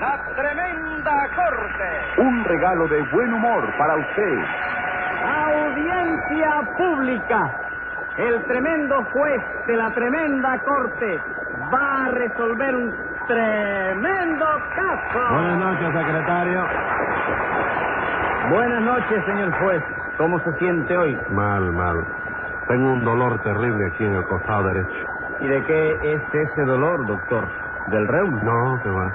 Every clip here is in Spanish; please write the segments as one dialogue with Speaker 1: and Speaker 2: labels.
Speaker 1: La tremenda corte.
Speaker 2: Un regalo de buen humor para usted.
Speaker 3: Audiencia pública. El tremendo juez de la tremenda corte va a resolver un tremendo caso.
Speaker 4: Buenas noches, secretario.
Speaker 3: Buenas noches, señor juez. ¿Cómo se siente hoy?
Speaker 4: Mal, mal. Tengo un dolor terrible aquí en el costado derecho.
Speaker 3: ¿Y de qué es ese dolor, doctor? ¿Del reuma?
Speaker 4: No, qué va.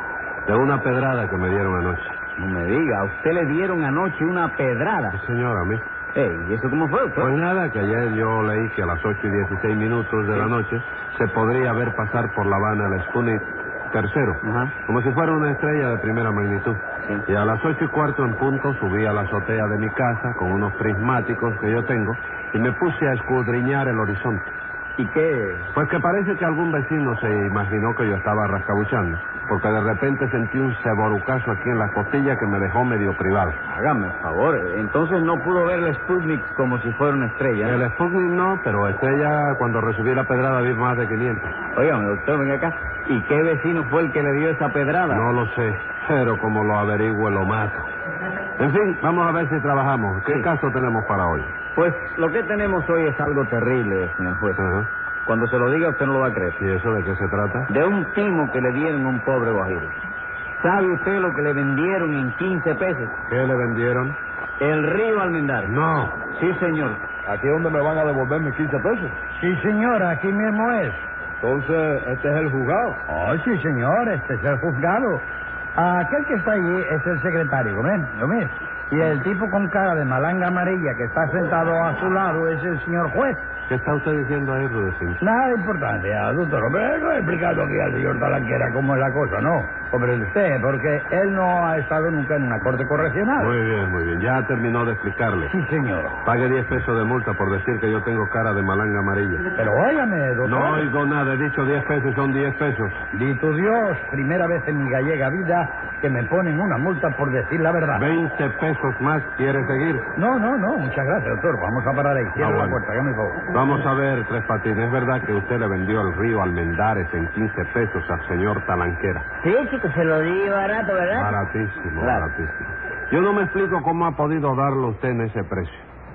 Speaker 4: De una pedrada que me dieron anoche.
Speaker 3: No me diga, a usted le dieron anoche una
Speaker 4: Sí,
Speaker 3: pedrada.
Speaker 4: señor, a mí.
Speaker 3: Ey, ¿y eso cómo fue, doctor?
Speaker 4: Pues nada, que ayer yo leí que a las 8 y 16 minutos de la noche se podría ver pasar por La Habana el Sputnik tercero,
Speaker 3: Ajá.
Speaker 4: como si fuera una estrella de primera magnitud. Y a las ocho y cuarto en punto subí a la azotea de mi casa con unos prismáticos que yo tengo y me puse a escudriñar el horizonte.
Speaker 3: ¿Y qué?
Speaker 4: Pues que parece que algún vecino se imaginó que yo estaba rascabuchando, porque de repente sentí un ceborucazo aquí en la costilla que me dejó medio privado.
Speaker 3: Hágame el favor, entonces no pudo ver la Sputnik como si fuera una estrella.
Speaker 4: El Sputnik no, pero Estrella cuando recibí la pedrada vi más de 500.
Speaker 3: Óigame, doctor, venga acá. ¿Y qué vecino fue el que le dio esa pedrada?
Speaker 4: No lo sé, pero como lo averigüe lo mato. En fin, vamos a ver si trabajamos. ¿Qué
Speaker 3: Sí.
Speaker 4: caso tenemos para hoy?
Speaker 3: Pues lo que tenemos hoy es algo terrible,
Speaker 5: Ah,
Speaker 3: señor
Speaker 5: pues.
Speaker 3: juez.
Speaker 4: Ajá.
Speaker 3: Cuando se lo diga usted no lo va a creer.
Speaker 4: ¿Y eso de qué se trata?
Speaker 3: De un timo que le dieron a un pobre guajiro. ¿Sabe usted lo que le vendieron en 15 pesos?
Speaker 4: ¿Qué le vendieron?
Speaker 3: El río Almendar.
Speaker 4: No.
Speaker 3: Sí, señor.
Speaker 5: ¿Aquí es donde me van a devolver mis 15 pesos?
Speaker 6: Sí, señor, aquí mismo es.
Speaker 5: Entonces, este es el juzgado.
Speaker 6: Oh, sí, señor, este es el juzgado. Aquel que está allí es el secretario, ¿lo ven? ¿Lo ven? Y el tipo con cara de malanga amarilla que está sentado a su lado es el señor juez.
Speaker 4: ¿Qué está usted diciendo ahí, Rudecindo?
Speaker 6: Nada importante, ah, doctor. Hombre, no he explicado aquí al señor Talanquera cómo es la cosa, ¿no? Hombre, usted, porque él no ha estado nunca en una corte correccional.
Speaker 4: Muy bien, muy bien. Ya terminó de explicarle.
Speaker 6: Sí, señor.
Speaker 4: Pague 10 pesos de multa por decir que yo tengo cara de malanga amarilla.
Speaker 6: Pero óigame, doctor.
Speaker 4: No oigo nada. He dicho 10 pesos, son 10 pesos.
Speaker 6: Di tu Dios, primera vez en mi gallega vida que me ponen una multa por decir la verdad.
Speaker 4: 20 pesos más. ¿Quiere seguir?
Speaker 6: No, no, no, muchas gracias, doctor. Vamos a parar ahí. Cierra
Speaker 4: Ah,
Speaker 6: la
Speaker 4: bueno.
Speaker 6: puerta, hágame el favor.
Speaker 4: Vamos a ver, Tres Patines. ¿Es verdad que usted le vendió el río Almendares en 15 pesos al señor Talanquera?
Speaker 7: Sí, chico, se lo di barato, ¿verdad?
Speaker 6: Ah,
Speaker 4: Baratísimo,
Speaker 3: Claro.
Speaker 4: baratísimo. Yo no me explico cómo ha podido darlo usted en ese precio.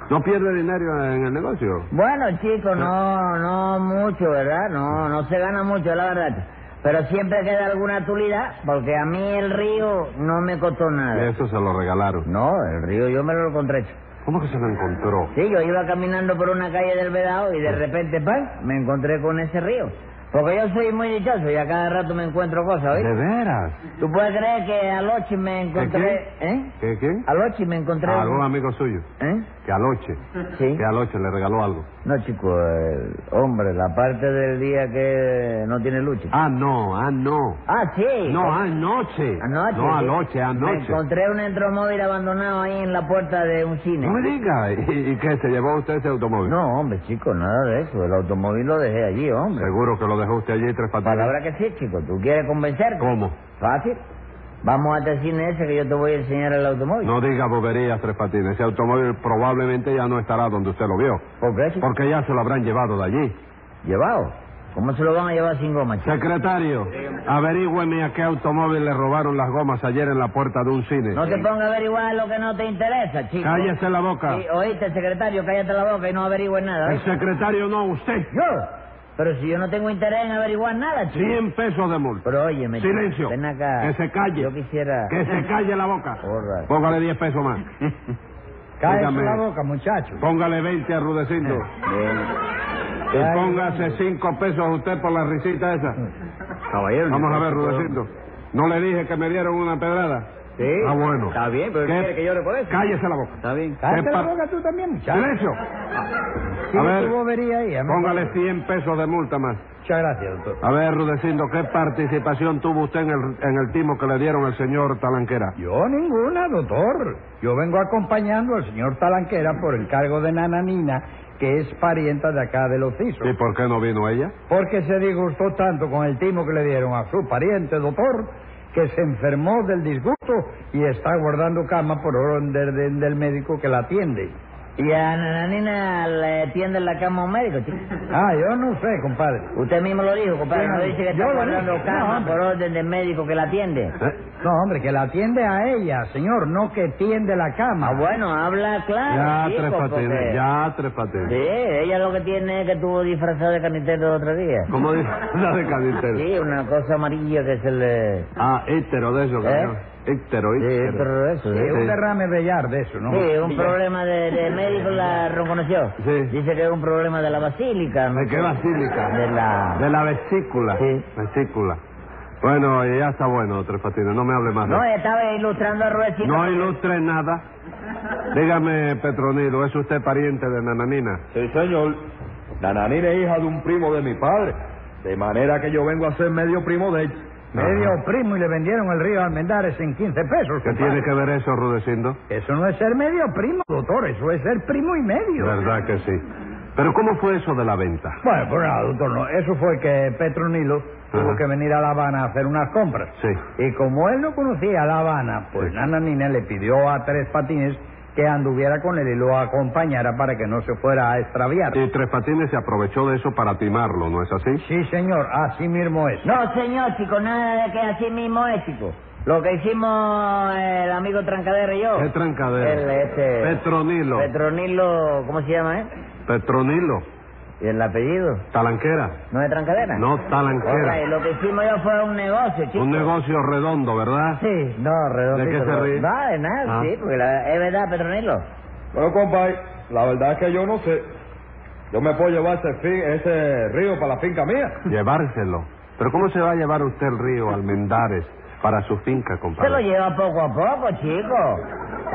Speaker 4: ¿No pierde dinero en el negocio?
Speaker 7: Bueno, chico, no, no mucho, ¿verdad? No, no se gana mucho, la verdad. Pero siempre queda alguna tulidad, porque a mí el río no me costó nada.
Speaker 4: Eso se lo regalaron.
Speaker 7: Eh. No, el río yo me lo encontré. chico.
Speaker 4: ¿Cómo que se lo encontró?
Speaker 7: Sí, yo iba caminando por una calle del Vedado y de repente, ¡pam!, me encontré con ese río. Porque yo soy muy dichoso y a cada rato me encuentro cosas,
Speaker 4: ¿De
Speaker 7: ¿oíste?
Speaker 4: veras?
Speaker 7: ¿Tú puedes creer que anoche me
Speaker 4: ¿Que
Speaker 7: encontré... ¿Eh?
Speaker 4: quién? ¿Que quién?
Speaker 7: Anoche me encontré...
Speaker 4: A algún amigo suyo.
Speaker 7: ¿Eh?
Speaker 4: Que anoche.
Speaker 7: Sí.
Speaker 4: Que anoche le regaló algo.
Speaker 7: No, chico, eh, hombre, la parte del día que no tiene lucha.
Speaker 4: Ah, no, ah, no.
Speaker 7: Ah, sí.
Speaker 4: No, anoche.
Speaker 7: Anoche. sí.
Speaker 4: No, anoche,
Speaker 7: Me
Speaker 4: anoche.
Speaker 7: encontré un entromóvil abandonado ahí en la puerta de un cine.
Speaker 4: No me diga. ¿Y, y qué? ¿Se llevó usted ese automóvil?
Speaker 7: No, hombre, chico, nada de eso. El automóvil lo dejé allí, hombre.
Speaker 4: Seguro que lo dejó usted allí, Tres Patines.
Speaker 7: Palabra que sí, chico. ¿Tú quieres convencerme?
Speaker 4: ¿Cómo?
Speaker 7: Fácil. Vamos a este cine ese que yo te voy a enseñar el automóvil.
Speaker 4: No diga boberías, Tres Patines. Ese automóvil probablemente ya no estará donde usted lo vio.
Speaker 7: ¿Por qué, chico?
Speaker 4: Porque ya se lo habrán llevado de allí.
Speaker 7: Llevado. ¿Cómo se lo van a llevar sin goma, chico?
Speaker 4: Secretario, averígüeme a qué automóvil le robaron las gomas ayer en la puerta de un cine.
Speaker 7: No te pongas a averiguar lo que no te interesa, chico.
Speaker 4: Cállese la boca.
Speaker 7: Sí, oíste, secretario, cállate la boca y no averigües nada.
Speaker 4: El
Speaker 7: ¿oíste?
Speaker 4: secretario no, usted.
Speaker 7: Yo. Pero si yo no tengo interés en averiguar nada, chico.
Speaker 4: 100 pesos de multa.
Speaker 7: Pero óyeme. chico,
Speaker 4: Silencio.
Speaker 7: Ven acá.
Speaker 4: Que se calle.
Speaker 7: Yo quisiera...
Speaker 4: Que se calle la boca.
Speaker 7: Porra.
Speaker 4: Póngale 10 pesos más.
Speaker 6: Cállese
Speaker 4: Dígame.
Speaker 6: la boca, muchacho.
Speaker 4: Póngale 20 a Rudecindo. Y póngase 5 pesos usted por la risita esa.
Speaker 3: Caballero.
Speaker 4: Vamos
Speaker 3: yo-
Speaker 4: a ver, Rudecindo. ¿No le dije que me dieron una pedrada?
Speaker 3: Sí.
Speaker 4: Ah, bueno.
Speaker 3: Está bien, pero
Speaker 4: ¿Qué?
Speaker 3: ¿quiere que yo le pueda?
Speaker 4: Cállese la boca.
Speaker 3: Está bien.
Speaker 6: Cállese la
Speaker 4: Sepa-
Speaker 6: boca tú también, muchacho.
Speaker 4: Silencio.
Speaker 3: Ah.
Speaker 6: Sí,
Speaker 4: A ver,
Speaker 6: tu bobería ahí, hombre.
Speaker 4: póngale 100 pesos de multa más.
Speaker 6: Muchas gracias, doctor.
Speaker 4: A ver, Rudecindo, ¿qué participación tuvo usted en el, en el timo que le dieron al señor Talanquera?
Speaker 6: Yo ninguna, doctor. Yo vengo acompañando al señor Talanquera por el cargo de Nananina, que es parienta de acá del Ociso.
Speaker 4: ¿Y por qué no vino ella?
Speaker 6: Porque se disgustó tanto con el timo que le dieron a su pariente, doctor, que se enfermó del disgusto y está guardando cama por orden del médico que la atiende.
Speaker 7: Y a Nananina le tienden la cama a un médico, chico.
Speaker 6: Ah, yo no sé, compadre.
Speaker 7: Usted mismo lo dijo, compadre.
Speaker 6: Yo
Speaker 7: No
Speaker 6: no-
Speaker 7: dice que
Speaker 6: yo
Speaker 7: está
Speaker 6: lo
Speaker 7: guardando
Speaker 6: dije.
Speaker 7: cama
Speaker 6: No,
Speaker 7: por orden del médico que la atiende.
Speaker 4: ¿Eh?
Speaker 6: No, hombre, que la atiende a ella, señor, no que tiende la cama.
Speaker 7: Ah, bueno, habla
Speaker 4: Ya
Speaker 3: Ah,
Speaker 7: claro. chico,
Speaker 4: tres
Speaker 3: pues,
Speaker 4: patines,
Speaker 7: porque-
Speaker 4: ya tres patines.
Speaker 7: Sí, ella lo que tiene es que estuvo disfrazada de canitero el otro día.
Speaker 4: ¿Cómo dice? La de Canistero.
Speaker 7: Sí, una cosa amarilla que se le.
Speaker 4: Ah, íctero de eso, cabrón. Íctero,
Speaker 7: ¿Eh? Sí,
Speaker 4: íctero.
Speaker 7: pero eso,
Speaker 6: Sí,
Speaker 7: ¿eh?
Speaker 6: un derrame bellar de eso, ¿no?
Speaker 7: Sí, un problema de, de médico la reconoció.
Speaker 4: Sí.
Speaker 7: Dice que es un problema de la basílica. ¿no?
Speaker 4: ¿De qué basílica?
Speaker 7: De la...
Speaker 4: De la vesícula.
Speaker 7: Sí.
Speaker 4: Vesícula. Bueno, ya está bueno, Tres Patines, no me hable más. de
Speaker 7: No, eh.
Speaker 4: eso.
Speaker 7: estaba ilustrando a Ruedecito.
Speaker 4: no ilustre nada. Dígame, Petronido, ¿es usted pariente de Nananina?
Speaker 5: Sí, señor. Nananina es hija de un primo de mi padre. De manera que yo vengo a ser medio primo de ella.
Speaker 6: Medio primo y le vendieron el río Almendares en 15 pesos.
Speaker 4: ¿Qué
Speaker 6: compadre.
Speaker 4: tiene que ver eso, Rudecindo?
Speaker 6: Eso no es ser medio primo, doctor, eso es ser primo y medio.
Speaker 4: Verdad que sí. Pero ¿cómo fue eso de la venta?
Speaker 6: Bueno, pues nada, doctor, no. Eso fue que Petronilo tuvo que venir a La Habana a hacer unas compras.
Speaker 4: Sí.
Speaker 6: Y como él no conocía La Habana, pues
Speaker 4: Sí.
Speaker 6: Nana Nina le pidió a Tres Patines que anduviera con él y lo acompañara para que no se fuera a extraviar.
Speaker 4: Y Tres Patines se aprovechó de eso para timarlo, ¿no es así?
Speaker 6: Sí, señor, así mismo es.
Speaker 7: No, señor, chico, nada de que así mismo es, chico. Lo que hicimos eh, el amigo Trancadero y yo.
Speaker 4: ¿Qué trancadero?
Speaker 7: El, este...
Speaker 4: Petronilo.
Speaker 7: Petronilo, ¿cómo se llama, eh?
Speaker 4: Petronilo.
Speaker 7: ¿Y el apellido?
Speaker 4: Talanquera.
Speaker 7: ¿No es Trancadera?
Speaker 4: No, Talanquera.
Speaker 7: Ok, lo que hicimos yo fue un negocio, chico.
Speaker 4: Un negocio redondo, ¿verdad?
Speaker 7: Sí, no, redondo.
Speaker 4: ¿De qué se ríe?
Speaker 7: No, de nada,
Speaker 4: Ah.
Speaker 7: sí, porque la- es verdad, Petronilo.
Speaker 5: Bueno, compadre, la verdad es que yo no sé. Yo me puedo llevar ese, fin- ese río para la finca mía.
Speaker 4: Llevárselo. Pero ¿cómo se va a llevar usted el río Almendares para su finca,
Speaker 7: Se lo
Speaker 4: compadre?
Speaker 7: lleva poco a poco, chico.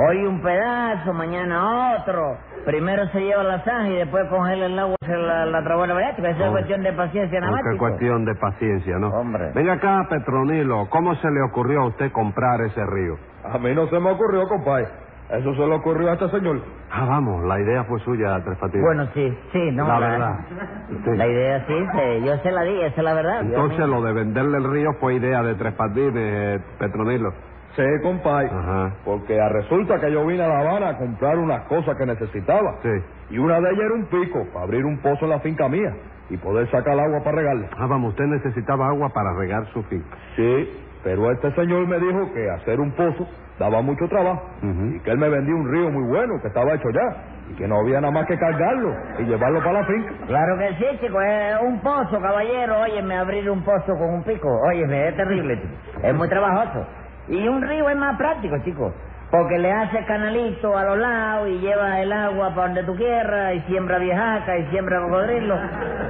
Speaker 7: Hoy un pedazo, mañana otro. Primero se lleva la zanja y después congela el agua se la, la trabuela para allá, chico. Esa es
Speaker 4: Oh.
Speaker 7: cuestión de paciencia nada más,
Speaker 4: Porque
Speaker 7: chico.
Speaker 4: cuestión de paciencia, ¿no?
Speaker 7: Hombre.
Speaker 4: Venga acá, Petronilo, ¿cómo se le ocurrió a usted comprar ese río?
Speaker 5: A mí no se me ocurrió, compadre. Eso se le ocurrió a este señor.
Speaker 4: Ah, vamos, la idea fue suya, Tres Patines.
Speaker 7: Bueno, sí, sí, no.
Speaker 4: La verdad. Sí.
Speaker 7: La idea sí, sí, yo se la di, esa es la verdad. Yo
Speaker 4: Entonces
Speaker 7: mismo.
Speaker 4: lo de venderle el río fue idea de Tres Patines, eh, Petronilo.
Speaker 5: Sí, compadre.
Speaker 4: Ajá.
Speaker 5: Porque resulta que yo vine a La Habana a comprar unas cosas que necesitaba.
Speaker 4: Sí.
Speaker 5: Y una de ellas era un pico para abrir un pozo en la finca mía y poder sacar agua para regarla.
Speaker 4: Ah, vamos, usted necesitaba agua para regar su finca.
Speaker 5: Sí, pero este señor me dijo que hacer un pozo daba mucho trabajo
Speaker 4: Ujú.
Speaker 5: y que él me vendía un río muy bueno que estaba hecho ya y que no había nada más que cargarlo y llevarlo para la finca.
Speaker 7: Claro que sí, chico, es un pozo, caballero. Óyeme, abrir un pozo con un pico, óyeme, es terrible, chico. Es muy trabajoso. Y un río es más práctico, chico, porque le hace canalito a los lados y lleva el agua para donde tú quieras y siembra viejaca y siembra cocodrilo.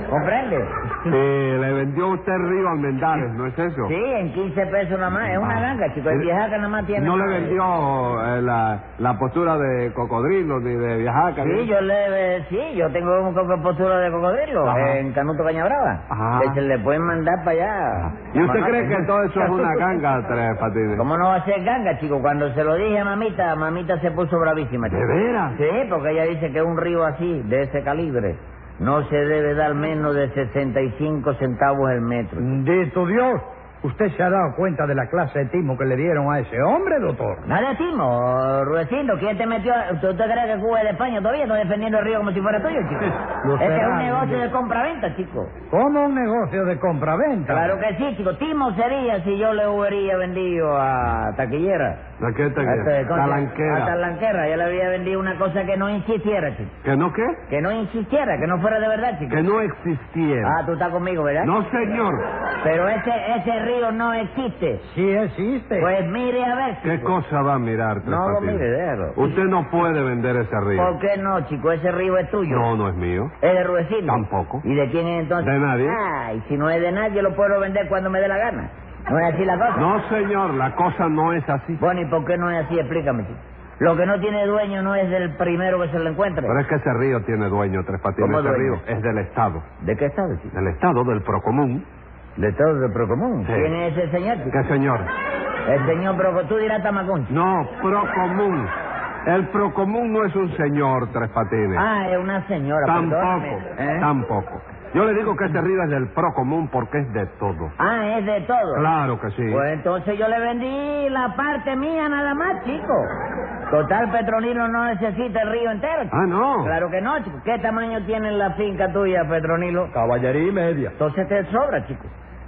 Speaker 7: ¿Comprende?
Speaker 4: Sí, Eh, le vendió usted el río Almendares, ¿no es eso?
Speaker 7: Sí, en 15 pesos nada más. Es una
Speaker 4: Ah.
Speaker 7: ganga, chico. El viejaca nada más tiene...
Speaker 4: No le vendió eh, la, la postura de cocodrilo ni de viajaca.
Speaker 7: Sí, yo le... eh, sí, yo tengo un coco postura de cocodrilo
Speaker 4: Ajá.
Speaker 7: en Canuto Cañabrava.
Speaker 4: Ajá.
Speaker 7: Que se le pueden mandar para allá.
Speaker 4: ¿Y usted
Speaker 7: Bueno,
Speaker 4: cree que
Speaker 7: señor.
Speaker 4: todo eso es una ganga, Tres Patines?
Speaker 7: ¿Cómo no va a ser ganga, chico? Cuando se lo dije a mamita, mamita se puso bravísima. chico.
Speaker 4: ¿De veras?
Speaker 7: Sí, porque ella dice que un río así, de ese calibre, no se debe dar menos de 65 centavos el metro.
Speaker 6: De tu Dios, usted se ha dado cuenta de la clase de timo que le dieron a ese hombre, doctor.
Speaker 7: Nada, Timo, Ruecindo, ¿quién te metió? a- ¿Tú, tú crees que Cuba es de España todavía? Estás defendiendo el río como si fuera tuyo, chico.
Speaker 6: Lo
Speaker 7: Este es
Speaker 6: será,
Speaker 7: un negocio
Speaker 6: hombre.
Speaker 7: de compraventa, chico.
Speaker 6: Como un negocio de compraventa.
Speaker 7: Claro que sí, chico. Timo sería si yo le hubiera vendido a Taquillera.
Speaker 4: ¿La qué te-
Speaker 7: A este- ¿cómo se llama?
Speaker 4: talanquera.
Speaker 7: A Talanquera. Yo le había vendido una cosa que no insistiera, chico.
Speaker 4: ¿Que no qué?
Speaker 7: Que no insistiera, que no fuera de verdad, chico.
Speaker 4: Que no existiera.
Speaker 7: Ah, tú estás conmigo, ¿verdad?
Speaker 4: No, señor.
Speaker 7: Pero ese, ese río no existe.
Speaker 6: Sí existe.
Speaker 7: Pues mire a ver,
Speaker 4: ¿Qué
Speaker 7: chico.
Speaker 4: cosa va a mirar, Tres
Speaker 7: No lo
Speaker 4: Patines?
Speaker 7: mire, déjalo.
Speaker 4: Usted no puede vender ese río.
Speaker 7: ¿Por qué no, chico? Ese río es tuyo.
Speaker 4: No, no es mío.
Speaker 7: ¿Es de Ruecino?
Speaker 4: Tampoco.
Speaker 7: ¿Y de quién es entonces?
Speaker 4: De nadie.
Speaker 7: Ay, si no es de nadie, lo puedo vender cuando me dé la gana. ¿No es así la cosa?
Speaker 4: No, señor, la cosa no es así.
Speaker 7: Bueno, ¿y por qué no es así? Explícame, chico. Lo que no tiene dueño no es del primero que se lo encuentre.
Speaker 4: Pero es que ese río tiene dueño, Tres Patines.
Speaker 7: ¿Cómo
Speaker 4: ese
Speaker 7: dueño?
Speaker 4: río es del Estado.
Speaker 7: ¿De qué estado, chico?
Speaker 4: Del Estado, del Procomún.
Speaker 7: De todo del Procomún.
Speaker 4: Sí.
Speaker 7: ¿Quién es ese señor, chico?
Speaker 4: ¿Qué, señor?
Speaker 7: El señor Procomún. Tú dirás Tamacón, chico.
Speaker 4: No, Procomún. El Procomún no es un señor, Tres Patines.
Speaker 7: Ah, es una señora,
Speaker 4: tampoco,
Speaker 7: perdóname. ¿Eh?
Speaker 4: tampoco. Yo le digo que ese río es del Procomún porque es de todo.
Speaker 7: Ah, es de todo.
Speaker 4: Claro que sí.
Speaker 7: Pues entonces yo le vendí la parte mía nada más, chico. Total, Petronilo no necesita el río entero. chico.
Speaker 4: Ah, no.
Speaker 7: Claro que no, chico. ¿Qué tamaño tiene la finca tuya, Petronilo?
Speaker 5: Caballería y media.
Speaker 7: Entonces te sobra, chico.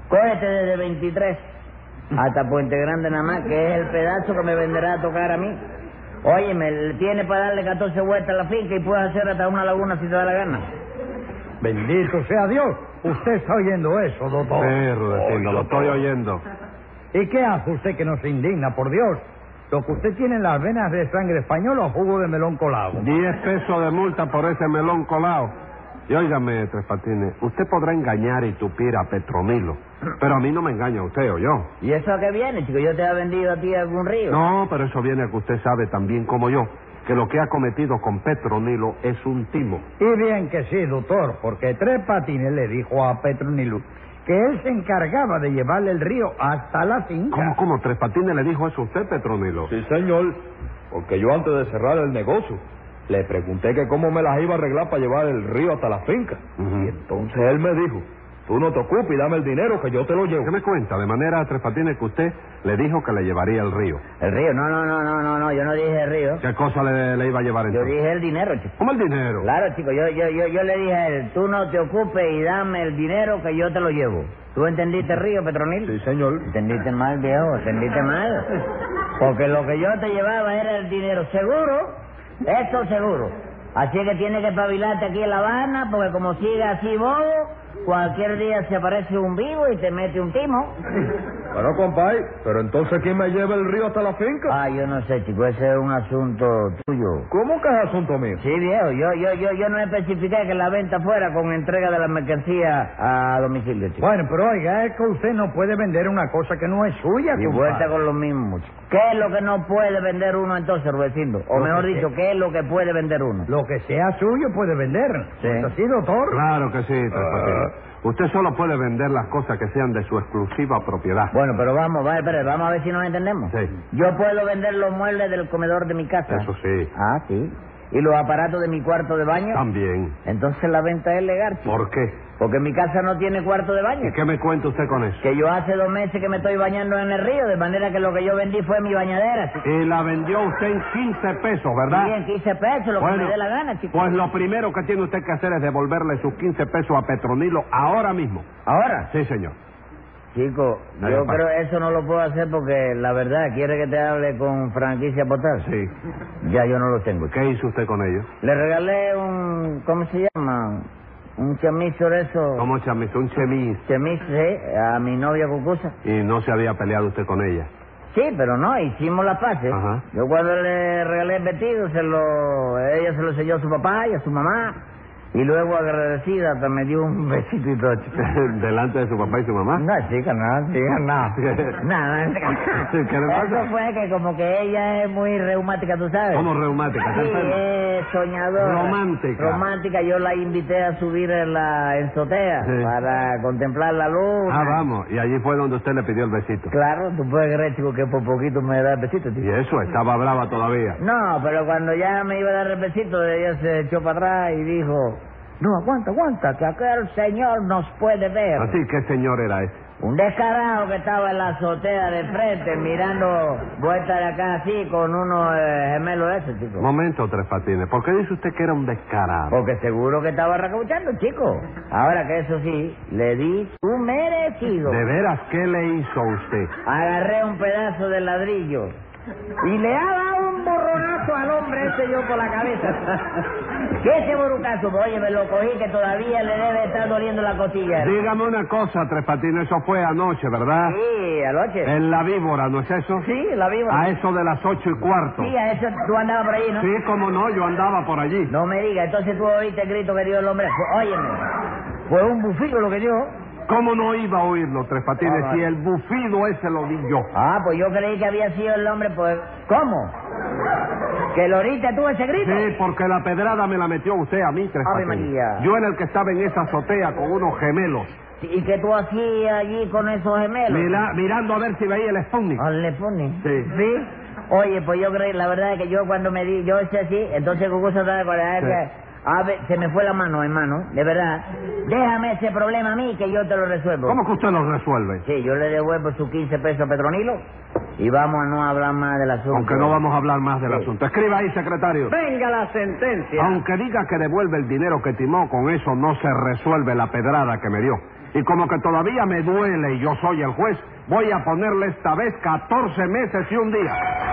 Speaker 7: Cógete desde 23 hasta Puente Grande nada más, que es el pedazo que me venderá a tocar a mí. Oye, me tiene para darle 14 vueltas a la finca y puedes hacer hasta una laguna si te da la gana.
Speaker 6: Bendito sea Dios. Usted está oyendo eso, doctor.
Speaker 4: Perro de Tildo, lo estoy oyendo.
Speaker 6: ¿Y qué hace usted que nos indigna, por Dios? Lo que usted tiene en las venas de sangre española o jugo de melón colado.
Speaker 4: Diez pesos de multa por ese melón colado. Y óigame, Tres Patines, usted podrá engañar y tupir a Petromilo, pero a mí no me engaña usted o yo.
Speaker 7: ¿Y eso a qué viene, chico? ¿Yo te he vendido a ti algún río?
Speaker 4: No, pero eso viene a que usted sabe tan bien como yo que lo que ha cometido con Petronilo es un timo.
Speaker 6: Y bien que sí, doctor, porque Tres Patines le dijo a Petronilo que él se encargaba de llevarle el río hasta la finca.
Speaker 4: ¿Cómo, cómo? Tres Patines le dijo eso a usted, Petronilo.
Speaker 5: Sí, señor. Porque yo antes de cerrar el negocio, le pregunté que cómo me las iba a arreglar para llevar el río hasta la finca.
Speaker 4: Ujú.
Speaker 5: Y entonces él me dijo, tú no te ocupes y dame el dinero que yo te lo llevo.
Speaker 4: ¿Qué me cuenta? De manera, Tres Patines, que usted le dijo que le llevaría el río.
Speaker 7: El río, no, no, no, no, no, no, yo no dije el río.
Speaker 4: ¿Qué cosa le, le iba a llevar
Speaker 7: Yo
Speaker 4: entonces?
Speaker 7: dije el dinero, chico.
Speaker 4: ¿Cómo el dinero?
Speaker 7: Claro, chico, yo, yo, yo, yo le dije a él, tú no te ocupes y dame el dinero que yo te lo llevo. ¿Tú entendiste el río, Petronil?
Speaker 5: Sí, señor.
Speaker 7: Entendiste mal, viejo, entendiste mal. Porque lo que yo te llevaba era el dinero seguro, esto seguro. Así que tienes que espabilarte aquí en La Habana, porque como sigas así bobo, cualquier día se aparece un vivo y te mete un timo.
Speaker 5: Bueno, compadre, pero entonces ¿quién me lleva el río hasta la finca?
Speaker 7: Ah, yo no sé, chico, ese es un asunto tuyo.
Speaker 5: ¿Cómo que es asunto mío?
Speaker 7: Sí, viejo, yo, yo, yo, yo no especificé que la venta fuera con entrega de la mercancía a domicilio, chico.
Speaker 6: Bueno, pero oiga, es que usted no puede vender una cosa que no es suya,
Speaker 7: Y
Speaker 6: compadre.
Speaker 7: vuelta con lo mismo, chico. ¿Qué es lo que no puede vender uno entonces, Rubecindo? O
Speaker 6: Lo
Speaker 7: mejor
Speaker 6: que
Speaker 7: dicho, ¿qué es lo que puede vender uno?
Speaker 6: Lo que sea suyo puede vender.
Speaker 7: Sí.
Speaker 6: ¿Es así, doctor?
Speaker 4: Claro que sí,
Speaker 5: Ah.
Speaker 4: Tres Patines. Usted solo puede vender las cosas que sean de su exclusiva propiedad.
Speaker 7: Bueno, pero vamos, va, espera, vamos a ver si nos entendemos.
Speaker 4: Sí.
Speaker 7: Yo puedo vender los muebles del comedor de mi casa.
Speaker 4: Eso sí,
Speaker 7: Ah, sí. ¿Y los aparatos de mi cuarto de baño?
Speaker 4: también.
Speaker 7: Entonces la venta es legal. chico.
Speaker 4: ¿Por qué?
Speaker 7: Porque mi casa no tiene cuarto de baño.
Speaker 4: ¿Y qué me cuenta usted con eso?
Speaker 7: Que yo hace dos meses que me estoy bañando en el río, de manera que lo que yo vendí fue mi bañadera. chico.
Speaker 4: Y la vendió usted en 15 pesos, ¿verdad?
Speaker 7: Y en 15 pesos, lo que me dé la gana, chico.
Speaker 4: pues lo primero que tiene usted que hacer es devolverle sus 15 pesos a Petronilo ahora mismo.
Speaker 7: ¿Ahora?
Speaker 4: Sí, señor.
Speaker 7: Chico,
Speaker 4: No,
Speaker 7: yo
Speaker 4: papá.
Speaker 7: creo eso no lo puedo hacer porque la verdad, quiere que te hable con franquicia postal.
Speaker 4: Sí.
Speaker 7: Ya yo no lo tengo. chico.
Speaker 4: ¿Qué hizo usted con ellos?
Speaker 7: Le regalé un. ¿Cómo se llama? Un chamizo de eso.
Speaker 4: ¿Cómo chamis? Un chemis.
Speaker 7: Chamizo, sí, a mi novia Cucusa.
Speaker 4: Y no se había peleado usted con ella.
Speaker 7: Sí, pero no, hicimos las paces.
Speaker 4: Ajá.
Speaker 7: Yo cuando le regalé el vestido, se lo, ella se lo selló a su papá y a su mamá. Y luego, agradecida, hasta me dio un besito y todo. chico.
Speaker 4: Delante de su papá y su mamá.
Speaker 7: No, chica, no, chica, no. Nada, nada.
Speaker 4: ¿Qué le pasa?
Speaker 7: Eso fue que como que ella es muy reumática, tú sabes.
Speaker 4: ¿Cómo reumática? ¿Está
Speaker 7: Sí,
Speaker 4: enferma?
Speaker 7: es soñadora.
Speaker 4: Romántica.
Speaker 7: Romántica, yo la invité a subir en la en azotea
Speaker 4: Sí.
Speaker 7: para contemplar la luz.
Speaker 4: Ah, vamos. Y allí fue donde usted le pidió el besito.
Speaker 7: eh. Claro, tú puedes creer, chico, que por poquito me da el besito,
Speaker 4: Y
Speaker 7: chico.
Speaker 4: eso, estaba brava todavía.
Speaker 7: No, pero cuando ya me iba a dar el besito, ella se echó para atrás y dijo, no, aguanta, aguanta, que aquel señor nos puede ver.
Speaker 4: Así que señor era este? ese.
Speaker 7: Un descarado que estaba en la azotea de frente mirando vuelta de acá así con unos eh, gemelos esos, chicos.
Speaker 4: Momento, Tres Patines. ¿Por qué dice usted que era un descarado?
Speaker 7: Porque seguro que estaba recauchando, chico. Ahora que eso sí, le di su merecido.
Speaker 4: ¿De veras qué le hizo a usted?
Speaker 7: Agarré un pedazo de ladrillo y le ha dado un borronazo al hombre ese yo por la cabeza. ¿Qué ese borucazo? Oye, me lo cogí que todavía le debe estar doliendo la costilla.
Speaker 4: Dígame una cosa, Tres Patines. Eso fue anoche, ¿verdad?
Speaker 7: Sí, anoche.
Speaker 4: En la víbora, ¿no es eso?
Speaker 7: Sí, la vimos.
Speaker 4: Eh, A eso de las ocho y cuarto.
Speaker 7: Sí, a eso tú andabas por ahí, ¿no?
Speaker 4: Sí, como no, yo andaba por allí.
Speaker 7: No me digas, entonces tú oíste el grito que dio el hombre. Fue- Óyeme, fue un bufillo lo que dio.
Speaker 4: ¿Cómo no iba a oírlo, Tres Patines,
Speaker 7: Ah,
Speaker 4: si
Speaker 7: vale.
Speaker 4: el bufido ese lo di yo?
Speaker 7: Ah, pues yo creí que había sido el hombre, pues... ¿Cómo? ¿Que lo oíste tú ese grito?
Speaker 4: Sí, porque la pedrada me la metió usted a mí, Tres
Speaker 7: Ave
Speaker 4: Patines.
Speaker 7: María.
Speaker 4: Yo era el que estaba en esa azotea con unos gemelos,
Speaker 7: ¿Y que tú hacías allí con esos gemelos?
Speaker 4: mira- mirando a ver si veía el Sputnik.
Speaker 7: ¿Al le pone?
Speaker 4: Sí.
Speaker 7: ¿Sí? Oye, pues yo creí, la verdad es que yo cuando me di, yo hice así, entonces Cucuza estaba con la-
Speaker 4: Sí.
Speaker 7: que... A ver, se me fue la mano, hermano, de verdad. Déjame ese problema a mí que yo te lo resuelvo.
Speaker 4: ¿Cómo que usted lo resuelve?
Speaker 7: Sí, yo le devuelvo sus 15 pesos a Petronilo Y vamos a no hablar más del asunto.
Speaker 4: Aunque no vamos a hablar más del
Speaker 7: Sí.
Speaker 4: asunto. Escriba ahí, secretario.
Speaker 3: Venga la sentencia.
Speaker 4: Aunque diga que devuelve el dinero que timó, con eso no se resuelve la pedrada que me dio. Y como que todavía me duele y yo soy el juez, voy a ponerle esta vez 14 meses y un día.